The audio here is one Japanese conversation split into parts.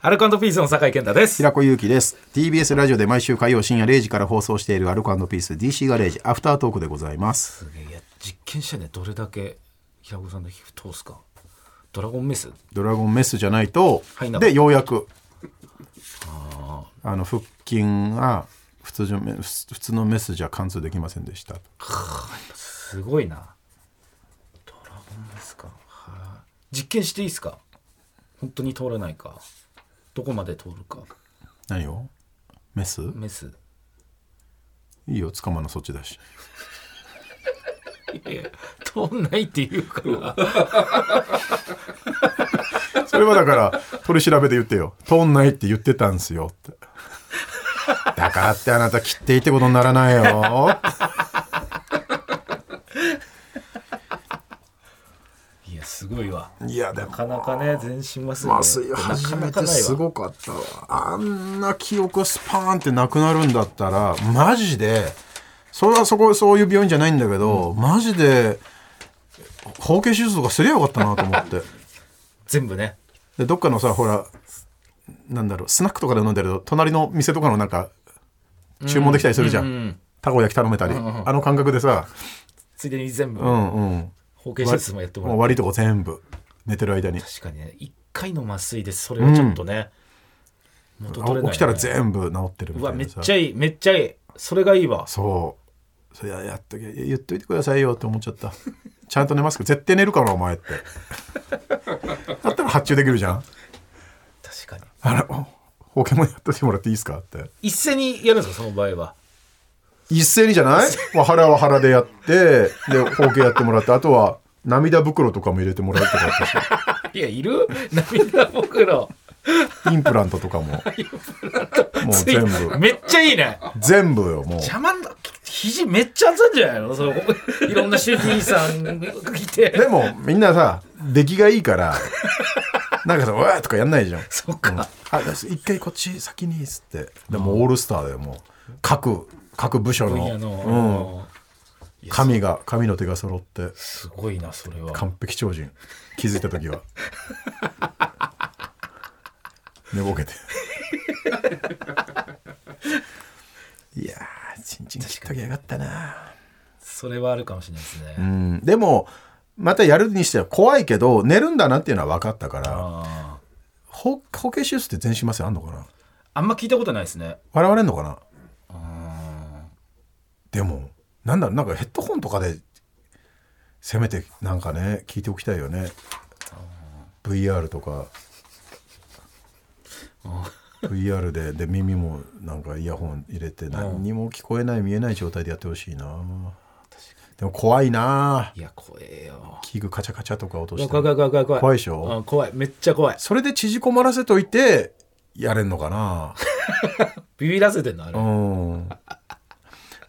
アルコピースの酒井健太です。平子祐希です TBS ラジオで毎週火曜深夜0時から放送しているアルコピース DC ガレージアフタートークでございますすげえいや実験したねどれだけ平子さんの皮膚通すか。ドラゴンメス。ドラゴンメスじゃないと、はいでようやくあの腹筋が普通じゃ普通のメスじゃ貫通できませんでしたすごいな。ドラゴンメスか。はい実験していいですか。本当に通らないか。どこまで通るか。何をメスメス。いいよ捕まんのそっちだしいやいや通んないって言うから。それはだから取り調べで言ってよ通んないって言ってたんすよってだからってあなた切っていいってことにならないよいやすごいわ。いやでもなかなかね全身麻酔ね。麻酔初めてすごかったわあんな記憶スパーンってなくなるんだったらマジでそれはそこそういう病院じゃないんだけど、マジで包茎手術とかすりゃよかったなと 思って全部ね。でどっかのさほらなんだろうスナックとかで飲んでると隣の店とかのなんか注文できたりするじゃん、うんうんたこ焼き頼めたり、あの感覚でさついでに全部う。んうん包茎手術もやってもらもうう悪いとこ全部寝てる間に確かにね一回の麻酔でそれはちょっとね、元取れないよね起きたら全部治ってるうみたいなわめっさちゃいいめっちゃいいそれがいいわそう。それやっとけ言っといてくださいよって思っちゃった。ちゃんと寝ますけど絶対寝るからお前って。 だったら発注できるじゃん。確かにあら、お保険もやっといてもらっていいですかって。一斉にやるんですかその場合 は一斉にじゃないまあ腹は腹でやって、で、包茎やってもらって、あとは涙袋とかも入れてもらうとかあったいやいる涙袋し、インプラントとかも。もうつい全部。めっちゃいいね全部よ、もう。邪魔だ肘めっちゃ熱いんじゃないのそのいろんな主治医さんいてでも、みんなさ、出来がいいから、なんかさ、うわーとかやんないじゃん。そっかあ一回こっち先にっつってでもうオールスターだよもう各各部署分野の、うん、の、いや神が神の手が揃ってすごいなそれは完璧超人気づいた時は 寝ぼけて いやーちんちん切っときゃよかったなそれはあるかもしれないですね、うんでもまたやるにしては怖いけど寝るんだなっていうのは分かったからあーほ保険手術って全身麻酔あんのかなあんま聞いたことないですね笑われんのかなうんでもなんだろうなんかヘッドホンとかでせめてなんかね聞いておきたいよね VR とか VR でで耳もなんかイヤホン入れて何にも聞こえない見えない状態でやってほしいなでも怖いないや怖えよ器具カチャカチャとか落といやして怖い怖い怖い怖い怖い怖いでしょうん怖いめっちゃ怖いそれで縮こまらせといてやれんのかなビビらせてんのあれ、うん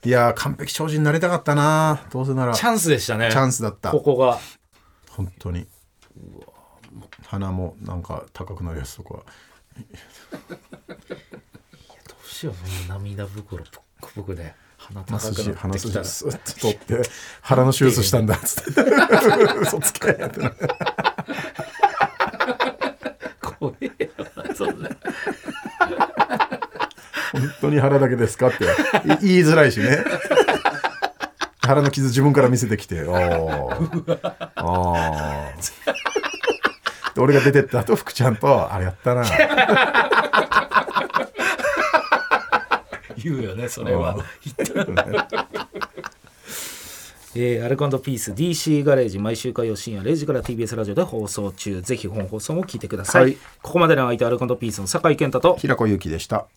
いやー完璧超人になりたかったなどうせならチャンスでしたねチャンスだったここが本当に鼻もなんか高くなるやつとかどうしようその涙袋ぷっくぷくで鼻高く鼻なって筋きたら鼻筋スッと取って腹の手術したんだっつって 嘘つけってな怖えよなそんな本当に腹だけですかってい言いづらいしね腹の傷自分から見せてきておーあーで俺が出てった後福ちゃんとあれやっ たな言うよねそれうん は言ったえー、アルコピース DC ガレージ毎週火曜深夜0時から TBS ラジオで放送中ぜひ本放送も聞いてください、はいここまでの相手アルコピースの酒井健太と平子祐希でした